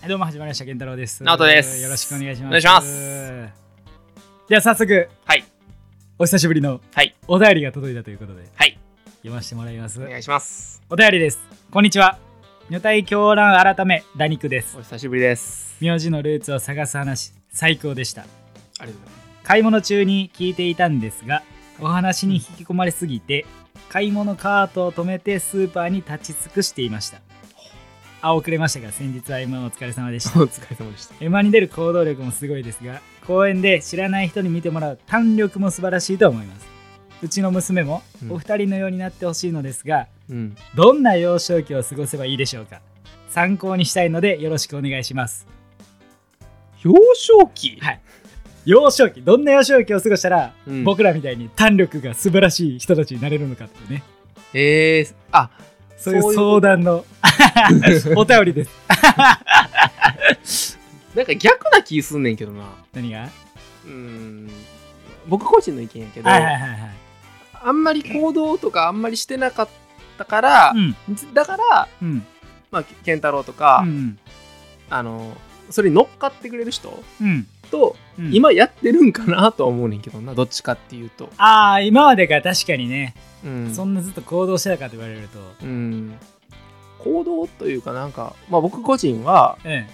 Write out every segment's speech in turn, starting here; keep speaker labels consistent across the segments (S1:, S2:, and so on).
S1: はい、どうも始まりました健太郎です。
S2: 直人です
S1: よろしくお願いします。
S2: お願いします
S1: では早速、
S2: はい、
S1: お久しぶりの
S2: はい
S1: お便りが届いたということで、
S2: はい、
S1: 読ませてもらいます
S2: お。願いします。
S1: お便りです。こんにちは。女体狂乱改めダニクです
S2: お。久しぶりです。
S1: 苗字のルーツを探す話、最高でした。
S2: ありがとうございます。
S1: 買い物中に聞いていたんですがお話に引き込まれすぎて買い物カートを止めてスーパーに立ち尽くしていましたあ遅れましたが先日は今お疲れ様でした
S2: お疲れ様でした。
S1: M1 に出る行動力もすごいですが公演で知らない人に見てもらう胆力も素晴らしいと思いますうちの娘も
S2: うん
S1: お二人のようになってほしいのですが、
S2: うん。
S1: どんな幼少期を過ごせばいいでしょうか参考にしたいのでよろしくお願いします
S2: 幼少期
S1: はい幼少期どんな幼少期を過ごしたら、
S2: うん
S1: 僕らみたいに胆力が素晴らしい人たちになれるのかっていうね
S2: えー、あ、
S1: そういう
S2: そういう
S1: 相談のお便りです
S2: なんか逆な気すんねんけどな。
S1: 何が
S2: うーん。僕個人の意見やけど、
S1: はいはいはいはい
S2: あんまり行動とかあんまりしてなかったから
S1: う、ん
S2: だから、
S1: うん
S2: まあ、健太郎とか、
S1: うん
S2: あの、それに乗っかってくれる人
S1: うん
S2: と、
S1: うん
S2: 今やってるんかなとは思うねんけどな、どっちかっていうと。
S1: ああ今までが確かにね、
S2: うん。
S1: そんなずっと行動してたかと言われると
S2: うん。行動というかなんか、まあ僕個人は、
S1: うん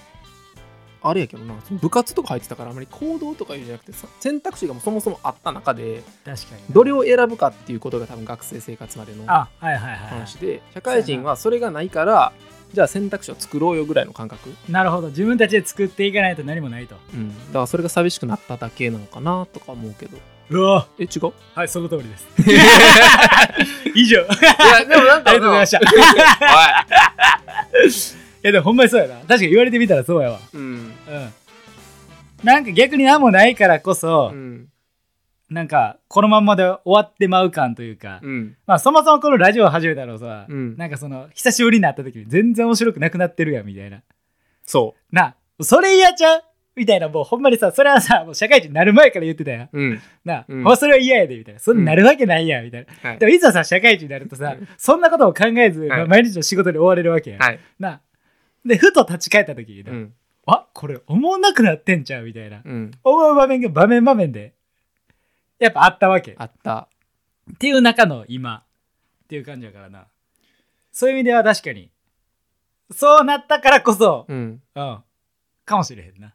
S2: あれやけどな部活とか入ってたからあまり行動とかいうじゃなくてさ選択肢がもうそもそもあった中で
S1: 確かに
S2: どれを選ぶかっていうことが多分学生生活までの
S1: あはいはいはいは
S2: 話で社会人はそれがないからじゃあ選択肢を作ろうよぐらいの感覚、
S1: いなるほど自分たちで作っていかないと何もないと
S2: うん、だからそれが寂しくなっただけなのかなとか思うけど
S1: うわ
S2: え違う
S1: はいその通り です以上
S2: いやでもなん
S1: ありがとうございま した
S2: た
S1: いやでもほんまにそうやな確かに言われてみたらそうやわ
S2: おいうん
S1: うんなんか逆に何もないからこそ、
S2: うん
S1: なんかこのまんまで終わってまう感というか、
S2: うん
S1: まあそもそもこのラジオ始めたのさ、
S2: うん
S1: なんかその久しぶりになった時に全然面白くなくなってるやんみたいな
S2: そ
S1: なあそれ嫌ちゃうみたいなもうほんまにさそれはさもう社会人になる前から言ってたやん
S2: ううん
S1: なあ、
S2: うん
S1: ほんまそれは嫌やでみたいなそんななるわけないやんみたいな、
S2: はい
S1: でもいざさ社会人になるとさ、
S2: うん
S1: そんなことも考えず、
S2: はい
S1: まあ毎日の仕事に追われるわけやん、
S2: はい
S1: なあでふと立ち返った時にな、
S2: うん
S1: あこれ思わなくなってんちゃうみたいな、
S2: うん
S1: 思う場面が場面場面でやっぱあったわけっ
S2: あった
S1: ていう中の今っていう感じだからなそういう意味では確かにそうなったからこそ、
S2: うん
S1: うん、かもしれへんな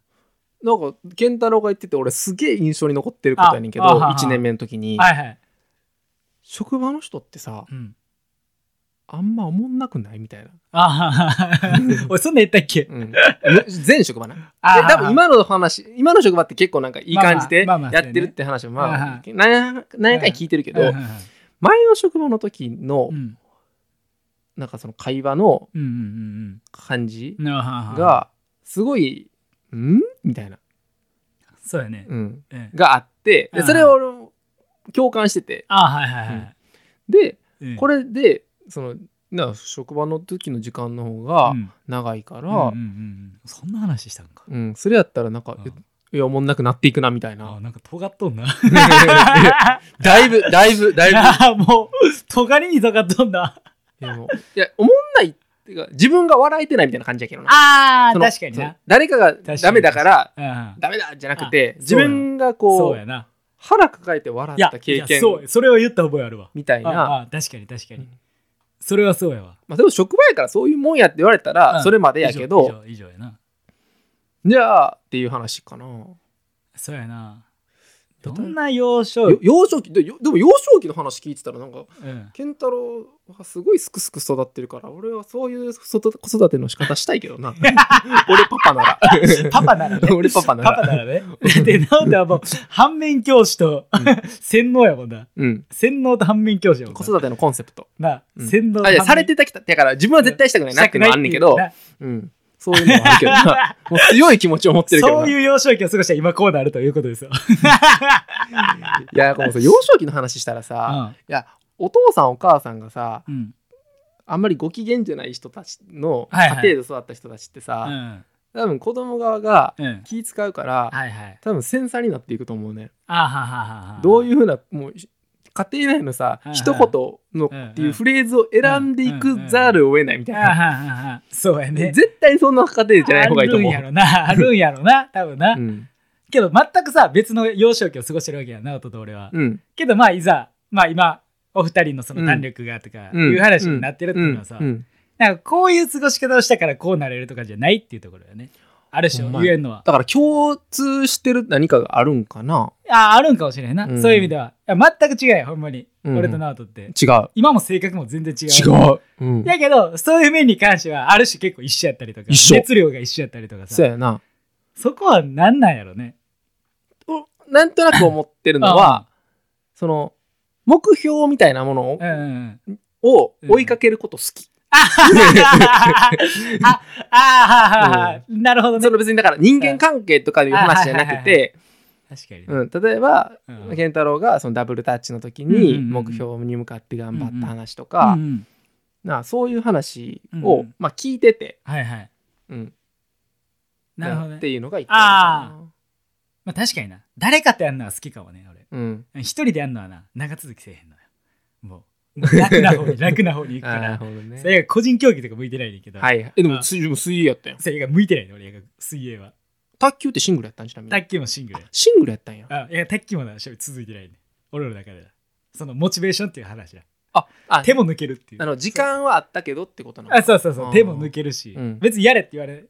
S2: なんか健太郎が言ってて俺すげえ印象に残ってることやねんけど
S1: ああはは
S2: 1年目の時に
S1: はいはい、
S2: 職場の人ってさ
S1: うん、
S2: あんま思んなくないみたいな、
S1: あはは 俺そんなん言ったっけ
S2: うん、全職場なで
S1: あ
S2: 多分今の話今の職場って結構なんかいい感じで
S1: まあ
S2: や
S1: まあまあまあ
S2: ってるって話
S1: そ
S2: は
S1: うやね
S2: まあ何や何やかんや聞いてるけ
S1: け
S2: ど前の職場の時の
S1: うん
S2: なんかその会話の
S1: うんうん
S2: 感じ
S1: うんうんあはは
S2: がすごい「ん?」みたいな、
S1: そうやね、
S2: うん、
S1: うん、
S2: があってでそれを俺も共感してて
S1: あはいはいはい、
S2: で
S1: うん
S2: これでそのな職場の時の時間の方が
S1: うん
S2: 長いから、
S1: うんうんう
S2: うん
S1: ん、そんな話したんか、
S2: それやったらなんか、
S1: うん
S2: えいやおもんなくなっていくなみたい
S1: あ
S2: な
S1: なんか尖っとんな
S2: だいぶだいぶだいぶ
S1: ああ、もう、尖りに尖っとんだ。
S2: いやもういやおもんないっていうか自分が笑えてないみたいな感じやけどな
S1: あ
S2: そのそう。誰かが
S1: かに
S2: ダメだから
S1: うん。
S2: ダメだじゃなくて
S1: あ
S2: 自分がこ
S1: そううやな。
S2: 腹抱えて笑
S1: い
S2: っ
S1: や
S2: た、経
S1: いや
S2: 験
S1: そう、それを言った覚えあるわ。
S2: みたい
S1: あ
S2: な
S1: あ確かに確か
S2: う
S1: に
S2: ん。
S1: それはそうやわ。
S2: まあでも職場やからそういうもんやって言われたら
S1: うん
S2: それまでやけ
S1: 以上
S2: ど、
S1: 以上以上やな。
S2: じゃあっていう話かな。
S1: そうやな。どんな幼少
S2: よ
S1: 期
S2: 幼少期でよでも幼少期の話聞いてたらなんか
S1: うん。
S2: 健太郎はすごいすくすく育ってるから俺はそういうそと子育ての仕方したいけど な俺パパなら
S1: パパならね。
S2: 俺パパなら
S1: パパならね。 で、なんではもう、反面教師と
S2: う
S1: 洗脳やもんな。
S2: うん
S1: 洗脳と反面教師やもん
S2: 子
S1: な。
S2: 育てのコンセプト
S1: な、
S2: うん
S1: 洗脳
S2: あいやされてたきただから自分は絶対したくないなっていうのはあんねんけ
S1: し
S2: ど
S1: たくないって
S2: うんそういうのはあるけ どなもう強い気持ちを持って
S1: いう
S2: る
S1: な
S2: けど
S1: そ
S2: な
S1: ういう幼少期を過ごしたら今こうなるということですよ。
S2: いやもうさ幼少期の話したらさ、いやお父さんお母さんがさ
S1: うん。うん。
S2: あんまりご機嫌じゃない人たちの
S1: はい
S2: 家
S1: はい
S2: 庭で育った人たちってさ、
S1: うん。
S2: 多分子供側が
S1: うん。
S2: 気使うから、
S1: はいはい。
S2: 多分繊細になっていくと思うね
S1: あはははは。
S2: どう
S1: いう
S2: いうふうなもう家庭内のさ、
S1: はいはい
S2: 一言のっていうフレーズを選んでいくざるを得ないみたい
S1: あはん
S2: な。
S1: はんはんそうやね。
S2: 絶対そんな家庭じゃない方がいいと思う
S1: あるんや。ろな、あるんやろな、多分な。
S2: うん。
S1: けど全くさ、別の幼少期を過ごしてるわけやな、弟と俺は。
S2: うん。
S1: けどまあ、いざ、まあ今、お二人のその弾力がとかいう話になってるっていうのはさ、
S2: うん
S1: なんかこういう過ごし方をしたからこうなれるとかじゃないっていうところだよね。ある種
S2: ほん
S1: 言
S2: まや
S1: えるのは。
S2: だから共通してる何かがあるんかな
S1: ああ、あるんかもしれんな。
S2: うん
S1: そういう意味では。いや全く違うよ、ほんまに。
S2: うん
S1: 俺と直人って。
S2: 違う。
S1: 今も性格も全然違う。
S2: 違う。うん。
S1: だけど、そういう面に関しては、ある種結構一緒やったりとか、
S2: 一緒
S1: 熱量が一緒やったりとか
S2: そう
S1: さ、
S2: やな。
S1: そこは何なんやろね。
S2: おなんとなく思ってるの
S1: うん
S2: は、その、目標みたいなものを
S1: うんうんうん。
S2: を追いかけること好き。
S1: あははははあ、あはははなるほどね
S2: そ。の別にだから人間関係とかいう話じゃなくて、
S1: 確かに。
S2: うん、例えば、
S1: うん
S2: 健太郎がそのダブルタッチの時
S1: うんうん
S2: に
S1: うん
S2: 目標に向かって頑張った話とか、
S1: うんうん
S2: なあそういう話
S1: うん
S2: を、
S1: うん
S2: まあ、聞いてて、
S1: はいはい。
S2: うん、
S1: なるほど
S2: っ
S1: ね
S2: て。いうのが一個
S1: あまあ確かにな。誰かとやるのは好きかもね、俺。
S2: あるうん、
S1: 一人でやるのはな、長続きせえへんのよ。もう、もう楽な方に、楽な方に行く
S2: あー
S1: か
S2: なる
S1: ら。
S2: ほどね
S1: そ。れが個人競技とか向いてないねんけど。
S2: はい、えで
S1: あ
S2: も水でも水泳やったよ。
S1: それが向いてないね、俺が水泳は。
S2: 卓球ってシングルやったんちなみに。
S1: 卓球もシングルや
S2: あシングルやったんや。
S1: あいや、卓球もな、しゃべ続いてないね。俺の中では。そのモチベーションっていう話だ。
S2: ああ
S1: 手も抜けるっていう。
S2: あの時間はあったけどってことなの
S1: あ、そうそうそうう。
S2: ん
S1: 手も抜けるし、
S2: うん
S1: 別にやれって言われ、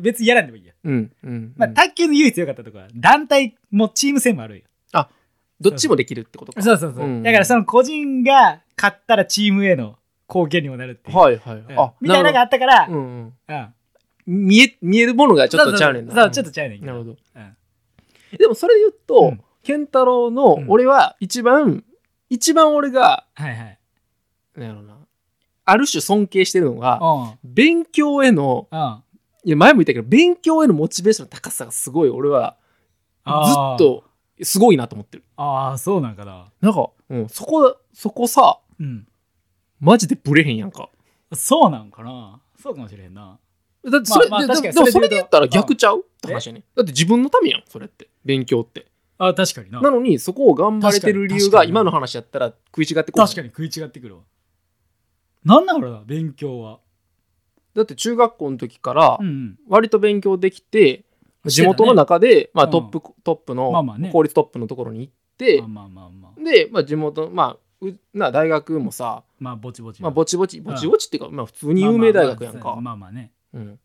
S1: 別にやらんでもいいや。
S2: うんうん
S1: まあ、
S2: うん
S1: 卓球の唯一良かったところは、団体もチーム戦もあるんよ。
S2: どっちもできるってことか。
S1: そうそうそう。
S2: うん
S1: だからその個人が勝ったらチームへの貢献にもなるっていう。
S2: はいはい。
S1: うんみたいなのがあ
S2: る
S1: ったから、
S2: ほどうんうん
S1: うん
S2: 見え見えるものがちょっとちゃうねんな。
S1: そうそうそうちょっとちゃうねんけ
S2: な
S1: ど。
S2: るほど。
S1: うん
S2: でもそれで言う
S1: う
S2: と
S1: ん、
S2: 健太郎の
S1: うん
S2: 俺は一番、一番俺が、
S1: はいはい。
S2: なんやろな、ある種尊敬してるのが、
S1: うん。
S2: 勉強への、
S1: うん。
S2: いや前も言ったけど、勉強へのモチベーションの高さがすごい俺は、ず
S1: あー
S2: っ。とすごいなと思ってる。
S1: ああ、そうなんかな。
S2: なんか、うん、そこ、そこさ、
S1: うん。
S2: マジでブレへんやんか。
S1: そうなんかな。そうかもしれんな。
S2: だってそれ、
S1: まあまあ
S2: で
S1: 確かに
S2: でも
S1: そ
S2: そ
S1: れ
S2: れ
S1: で言
S2: で
S1: う
S2: 言っ
S1: と
S2: たら逆ちゃうって話やねん。だって自分のためやん、それって。勉強って。
S1: あ確かにな。
S2: なのにそこを頑張れてる理由
S1: 確か
S2: が
S1: に
S2: 今の話やったら食い違ってこない
S1: 確かに食い違ってくるわ。なんだろうな、勉強は。
S2: だって中学校の時から
S1: ん、
S2: 割と勉強できて
S1: して
S2: 地
S1: たね
S2: 元の中で、まあ、
S1: うん
S2: トップ、トップの、
S1: まあまあね
S2: 公立トップのところに行って
S1: まあ、まあまあまあ。
S2: で、まあ、地元まあうな大学もさ、
S1: まあ、ぼちぼち。
S2: まあ、ぼちぼちぼちぼちっていうか、まあ、普通に有名大学やんか、
S1: まあまあまあまあね。
S2: うん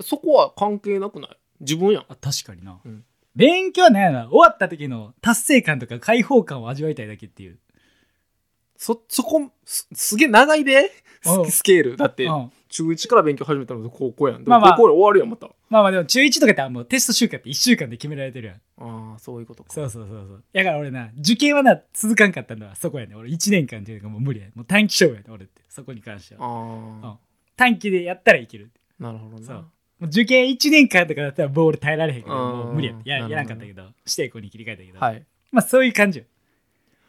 S2: そこは関係なくない自分やん
S1: あ確かにな。
S2: うん
S1: 勉強はなんやな。終わった時の達成感とか解放感を味わいたいだけっていう。
S2: そそこすすげえ長いで
S1: うん
S2: ススケールだって
S1: うん
S2: 中1から勉強始めたのと高校やんで
S1: まあ
S2: も
S1: まあ
S2: 高校で終わるやんまた、
S1: まあまあでも中1とかってあもうテスト週間って1週間で決められてるやん。
S2: ああそういうことか
S1: そうそうそうそう。だから俺な、受験はな、続かんかったのはそこやねん。俺1年間っていうのがもう無理やねん。もう短期勝負やねん、俺って。そこに関しては。
S2: ああ、
S1: 短期でやったらいける。
S2: なるほどね。
S1: そうもう受験1年間とかだったらボール耐えられへんけど、
S2: うん
S1: もう無理やってや
S2: なるほど
S1: やらんかったけど、指定校に切り替えたけど、
S2: はい。
S1: まあそういう感じよ。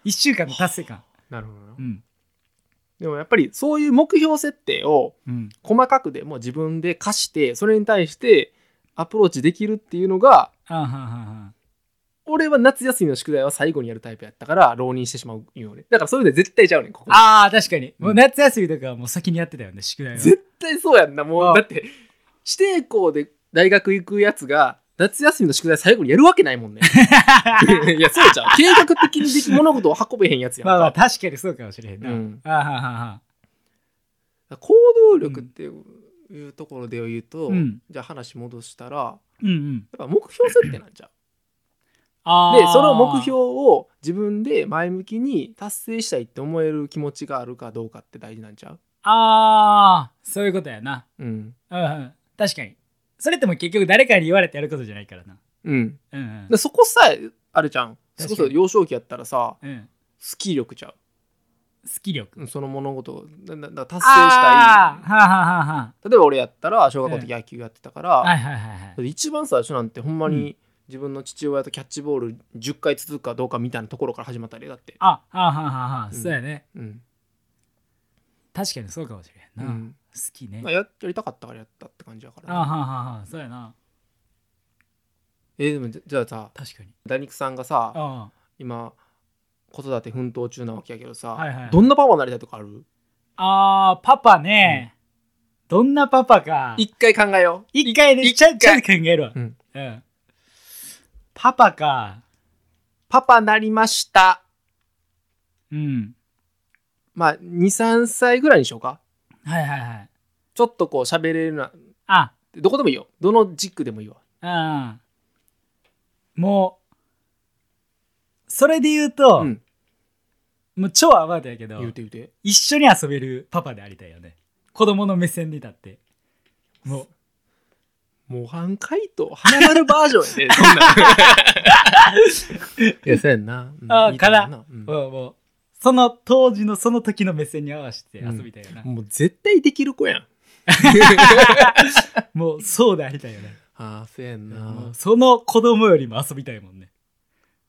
S1: 1週間の達成感。
S2: なるほどな、
S1: うん。
S2: でもやっぱりそういう目標設定を
S1: うん。
S2: 細かくでもう自分で課して、それに対してアプローチできるっていうのが、
S1: あはんはんはん
S2: 俺は夏休みの宿題は最後にやるタイプやったから浪人してしまうよね。だからそういうの絶対ちゃうねん、ここ。
S1: あー、確かに。
S2: うん
S1: もう夏休みとかはもう先にやってたよね、宿題は。
S2: 絶対そうやんな。も
S1: あ
S2: う、だって、指定校で大学行くやつが、夏休みの宿題最後にやるわけないも んね。いや、そうじゃん。計画的にでき物事を運べへんやつやんか。
S1: まあまあ確かにそうかもしれへんな。
S2: うん
S1: あはんはんはん
S2: 行動力っていう,、ところで言うと、
S1: うん
S2: じゃあ話戻したら
S1: うんうん。
S2: やっぱ目標設定なんじゃう
S1: あー
S2: でその目標を自分で前向きに達成したいって思える気持ちがあるかどうかって大事なんちゃう
S1: あー、そういうことやな。
S2: うん
S1: うんうん。確かに。それってもう結局誰かに言われてやることじゃないからな。
S2: うん
S1: うんうん
S2: で。そこさえあれじゃん
S1: 確か
S2: そ
S1: に
S2: こそ幼少期やったらさ
S1: うん。
S2: スキー力ちゃう
S1: スキ力。
S2: うんその物事をななな達成
S1: あーはん
S2: し
S1: はんはんはん
S2: たい例えば俺やったら小学校の時野球やってたから、
S1: はいはいはいはい。
S2: 一番最初なんてほんま
S1: う
S2: に自分の父親とキャッチボール10回続くかどうかみたいなところから始まったりだって、
S1: あ、はあはあはあはあ、
S2: うん
S1: そうやね。
S2: うん、
S1: 確かにそうかもしれんな。
S2: うん
S1: 好きね
S2: まあ、。ややりたかったからやったって感じだか
S1: あはあ
S2: ら、ね、
S1: はあ、そうやな。
S2: えーでもじゃじゃあさ
S1: 確かに。
S2: ダニクさんがさ
S1: あ
S2: 今子育て奮闘中なわけやけどさ、
S1: はいはい
S2: どんなパパになりたいとかある
S1: あー、パパね。どんなパパか。
S2: 一回考えよう
S1: 一回ね、
S2: 一
S1: ちゃんちゃんと考えるわ。
S2: うん
S1: うん。パパか。
S2: パパなりました
S1: うん。
S2: まあ23歳ぐらいにしようか
S1: はいはいはい。
S2: ちょっとこう喋れるな
S1: あ、
S2: どこでもいいよどの軸でもいいわ
S1: うん。もう、それで言うと、
S2: うん
S1: もう超アバウトやけど
S2: 言、うて言うて
S1: 一緒に遊べるパパでありたいよね。子供の目線に立って。もう、
S2: 模範解答花丸バージョンやねそん なんいやそうやんな、うん
S1: あー
S2: いいと思うな
S1: か
S2: うん
S1: もうもうその当時のその時の目線に合わせて遊びたいよな、
S2: もう絶対できる子や ん
S1: もうそうでありたいよね
S2: ああそうやん
S1: も
S2: な
S1: うその子供よりも遊びたいもんね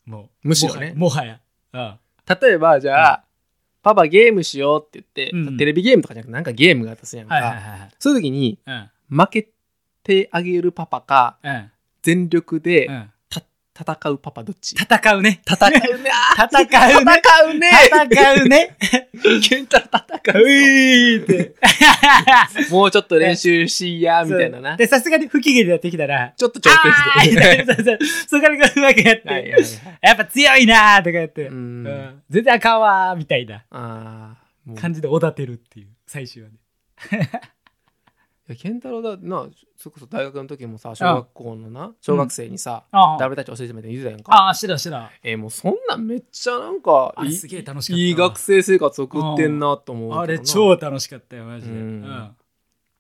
S1: もう
S2: むしろね
S1: もはやもはや
S2: 例えばじゃあ、パパゲームしようって言って、
S1: うん
S2: テレビゲームとかじゃなくてなんかゲームが渡すや
S1: う
S2: ん
S1: ん
S2: か、
S1: はいはいはい
S2: そういう時に
S1: はい
S2: 負けてあげるパパか
S1: うんうん
S2: 全力で、
S1: うん
S2: た戦うパパどっち
S1: 戦うね
S2: 戦うね
S1: 戦うね
S2: 戦うね
S1: 戦う ね
S2: 健太戦
S1: ういーって
S2: う もうちょっと練習しやみたいなな
S1: でさすがに不機嫌になってきたら
S2: ちょっと挑
S1: あー
S2: 戦し
S1: みたい
S2: て
S1: なそうそうそこからこううまくやって、
S2: はいはいはい
S1: やっぱ強いなーとかやって、
S2: う
S1: うん
S2: ん
S1: 全然あかんわーみたいな
S2: あーもう
S1: 感じでおだてるっていう最終話で
S2: いや健太郎だなそれこそ大学の時もさ小学校のな小学生にさ、
S1: あ
S2: ダブルタッチ教えてもらって言うてたやんか
S1: ああしてたしてた
S2: えーもうそんなんめっちゃなんか
S1: あ
S2: い
S1: れ
S2: い
S1: すげえ楽しかった
S2: いい学生生活送ってんなと思うけどな
S1: あれ超楽しかったよマジで
S2: う
S1: うんん、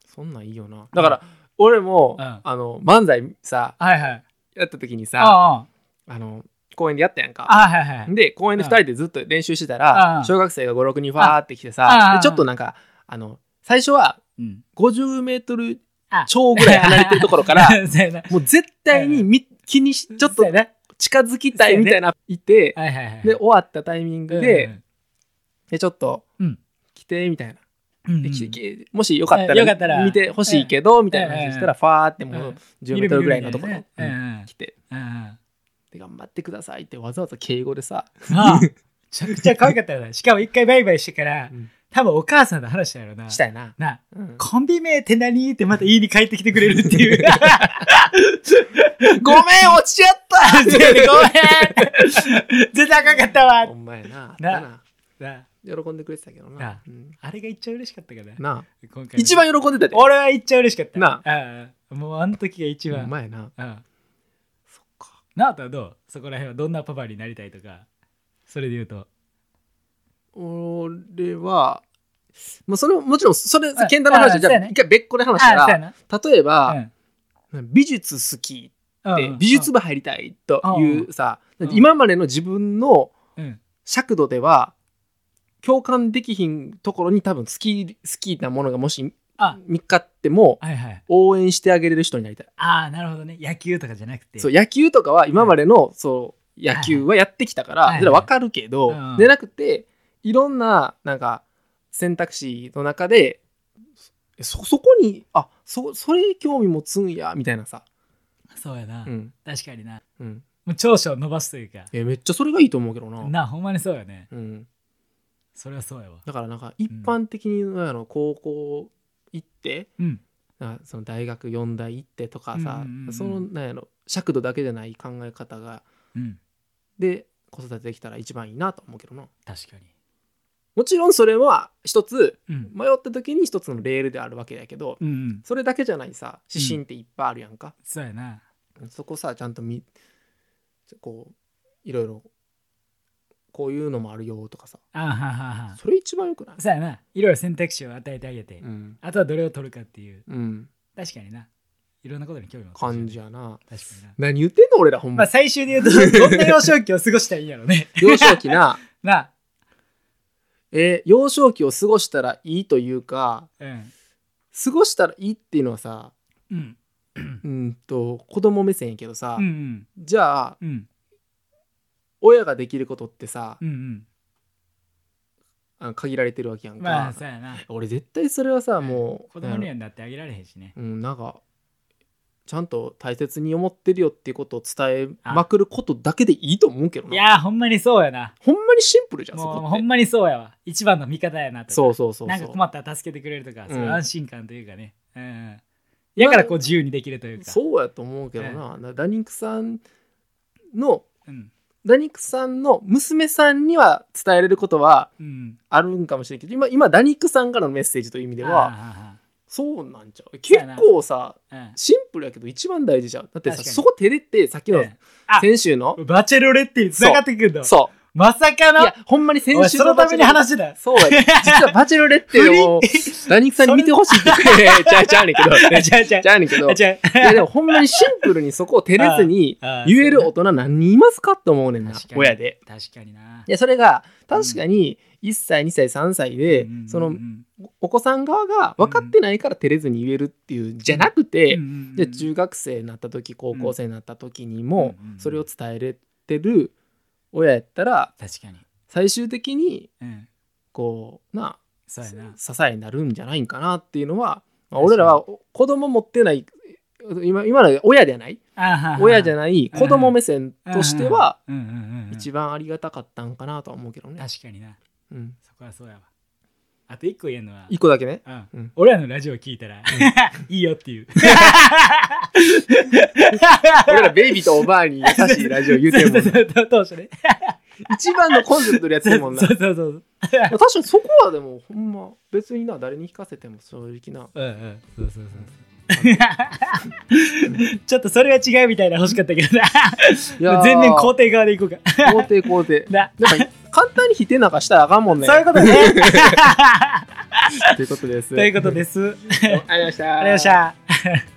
S2: そんなんいいよなだから俺も、
S1: うん
S2: あの漫才さ
S1: はいはい
S2: やった時にさあ
S1: あ
S2: の公園でやったやん
S1: あ
S2: か
S1: あはいはいはい
S2: で公園で2人でずっと練習してた
S1: う
S2: ら
S1: ん
S2: 小学生が56人ファーって来て
S1: あ
S2: さ
S1: あ
S2: でちょっとなんかあの最初は
S1: うん
S2: 50メートル
S1: あ
S2: 超ぐらい離れてるところ から
S1: そうやな
S2: もう絶対にみ気にしちょっ
S1: そ
S2: と
S1: うやな
S2: 近づきたいみたいないて
S1: はいはいはい
S2: で終わったタイミングで、でちょっと
S1: うん
S2: 来てみたいな、
S1: うん
S2: で来てきもしよかったら
S1: えよかったら
S2: 見てほしいけど、みたいな
S1: ええ
S2: 話したらファーっても
S1: え
S2: う10メートルぐらいのとこ
S1: う
S2: ろ
S1: んうんう
S2: うん
S1: ん
S2: 来て
S1: うんうん
S2: で頑張ってくださいってわざわざ敬語でさ、
S1: ああめちゃくちゃ可愛かったよなしかも一回バイバイしてから
S2: うん
S1: 多分お母さんと話したやろな
S2: したいな、
S1: な
S2: うん
S1: コンビ名って何ってまた家に帰ってきてくれるって いう
S2: ごめん落ちちゃった
S1: ごめん全然赤かったわ
S2: ほんまやな
S1: な
S2: だな
S1: な
S2: 喜んでくれてたけどな
S1: な
S2: うん
S1: あれが一番嬉しかったかな
S2: な
S1: 今回の
S2: 一番喜んでたで
S1: 俺は言っちゃ嬉しかった
S2: な
S1: ああもうあの時が一
S2: ほん
S1: 番
S2: まやな
S1: ああ
S2: そっか
S1: なあとはどうそこら辺はどんなパパになりたいとかそれで言うと
S2: 俺はまあそれももちろんそれ
S1: うん
S2: 健太の
S1: あ
S2: 話じ
S1: そう
S2: ゃ
S1: や
S2: あ
S1: ね
S2: 一回別個で話した
S1: ああそうや
S2: ら
S1: な
S2: 例えば
S1: うん
S2: 美術好き
S1: うん
S2: って
S1: うん
S2: 美術部入りたいというさ
S1: うんうん
S2: 今までの自分の
S1: うん
S2: 尺度では共感できひんところに多分好き好きなものがもし
S1: あ
S2: 見っかっても
S1: はいはい
S2: 応援してあげれる人になりたい
S1: ああなるほどね野球とかじゃなくて
S2: そう野球とかは今までのそう野球はやってきた
S1: は
S2: か
S1: い
S2: ら
S1: はい
S2: それは分かるけど
S1: うん
S2: じゃなくていろんななんか選択肢の中でそそこにあそそれ興味持つんやみたいなさ、
S1: そうやな
S2: うん
S1: 確かにな
S2: うん、
S1: もう長所を伸ばすというか
S2: えめっちゃそれがいいと思うけどな。
S1: なあほんまにそうよね
S2: うん
S1: それはそうやわ
S2: だからなんか一般的になんやろ高校行って、
S1: うん
S2: なんかその大学四大行ってとかさ、
S1: うんうんうんうん
S2: そのなんやろ尺度だけじゃない考え方が
S1: うん
S2: で子育てできたら一番いいなと思うけどな
S1: 確かに
S2: もちろんそれは一つ
S1: うん
S2: 迷った時に一つのレールであるわけだけど
S1: うんうん
S2: それだけじゃないさ指針っていっぱいあるやんか、
S1: そうやな
S2: そこさちゃんとみこういろいろこういうのもあるよとかさ
S1: ああはあはあは
S2: それ一番よくない
S1: あ、そうやないろいろ選択肢を与えてあげて
S2: うん
S1: あとはどれを取るかっていう
S2: うん、
S1: 確かにないろんなことに興味を持つ
S2: 感じやな
S1: 確かにな
S2: 何言ってんの俺らほんま
S1: まあ最終で言う と、どんな幼少期を過ごしたらいいんやろうね。
S2: 幼少期な、
S1: な
S2: えー幼少期を過ごしたらいいというか
S1: あ。うん。
S2: 過ごしたらいいっていうのはさ
S1: うん。
S2: うんと子供目線やけどさ、
S1: うん。
S2: じゃあ
S1: うん。
S2: 親ができることってさ、
S1: うん。うん。
S2: あの限られてるわけやんか、
S1: まあ、そうやな。
S2: 俺絶対それはさもう
S1: 子供にはなってあげられへんしね。
S2: うんなんかちゃんと大切に思ってるよっていうことを伝えまくることだけでいいと思うけど
S1: い
S2: な
S1: やーほんまにそうやな
S2: ほんまにシンプルじゃんそ
S1: もう
S2: こっ
S1: ほん
S2: て
S1: まにそうやわ一番の味方やなとか
S2: そうそうそう
S1: なん
S2: そ
S1: か
S2: う
S1: 困ったら助けてくれるとか、そういう
S2: うん
S1: 安心感というかね、うん、やからこう自由にできるというか
S2: そうやと思うけどな、だダニックさんの
S1: うん
S2: ダニックさんの娘さんには伝えれることは
S1: うん、
S2: あるんかもしれんけど今今ダニックさんからのメッセージという意味では
S1: は
S2: そうなんちゃ
S1: そ
S2: う
S1: う
S2: 結
S1: やな
S2: 構さ
S1: うん
S2: シンプルやけど一番大事じゃんだってさ
S1: 確かに
S2: そこ照れてさっきの
S1: えあ
S2: 先週の
S1: えバチェロレッテに繋がってくるの
S2: そ
S1: まさか
S2: うい
S1: の
S2: やほんまに先
S1: おい
S2: 週
S1: そのために
S2: バチェロ
S1: 話
S2: レッテ
S1: だ
S2: そうやね実はバチェロレッテ をダニックさんに見てほしいって言ってちゃうちゃうねんけど
S1: あちゃうちゃう
S2: ちゃうねんけど
S1: あ
S2: い
S1: ちゃう
S2: やでもほんまにシンプルにそこを照れずに
S1: あー
S2: 言える大人何人いますかって思うねんな
S1: 確かに
S2: 親で。
S1: 確かにな
S2: でそれが確かに1歳2歳3歳で
S1: うん
S2: そうの
S1: ん
S2: お子さん側が分かってないから照れずに言えるっていうじゃなくて
S1: うん
S2: で中学生になった時高校生になった時にも
S1: うん
S2: それを伝えれてる親やったら
S1: 確かに
S2: 最終的に
S1: うん
S2: こうな
S1: そうやな
S2: 支えになるんじゃないんかなっていうのは、ま
S1: 確か
S2: あ、
S1: に
S2: 俺らは子供持ってない今今の親じゃない親じゃ
S1: な
S2: ない子供目線としては
S1: うんうんうんうん
S2: 一番ありがたかったんかなとは思うけどね。
S1: 確かにな
S2: うん、
S1: そこはそうやわあと一個言えるのは
S2: 一個だけね。
S1: うん
S2: うん
S1: 俺らのラジオ聞いたら いいよっていう
S2: 俺らベイビーとおばあに 優しいラジオ言うてるもん
S1: そうそ
S2: ね。
S1: うそう当初ね
S2: 一番のコンセプトでやってるもんな。
S1: そ
S2: ま
S1: うそうそう
S2: あ確かにそこはでもほんま別にな誰に聞かせても正直な。
S1: うんうんそうそうそうちょっとそれは違うみたいな欲しかったけど
S2: い
S1: な
S2: ー
S1: 全然肯定側でいこうか
S2: 肯定肯定。
S1: な
S2: で も簡単に否定なんかしたらあかんもんね。
S1: そういう ことね
S2: ということです。
S1: ということです
S2: ありがとうございました。
S1: ありがとうございました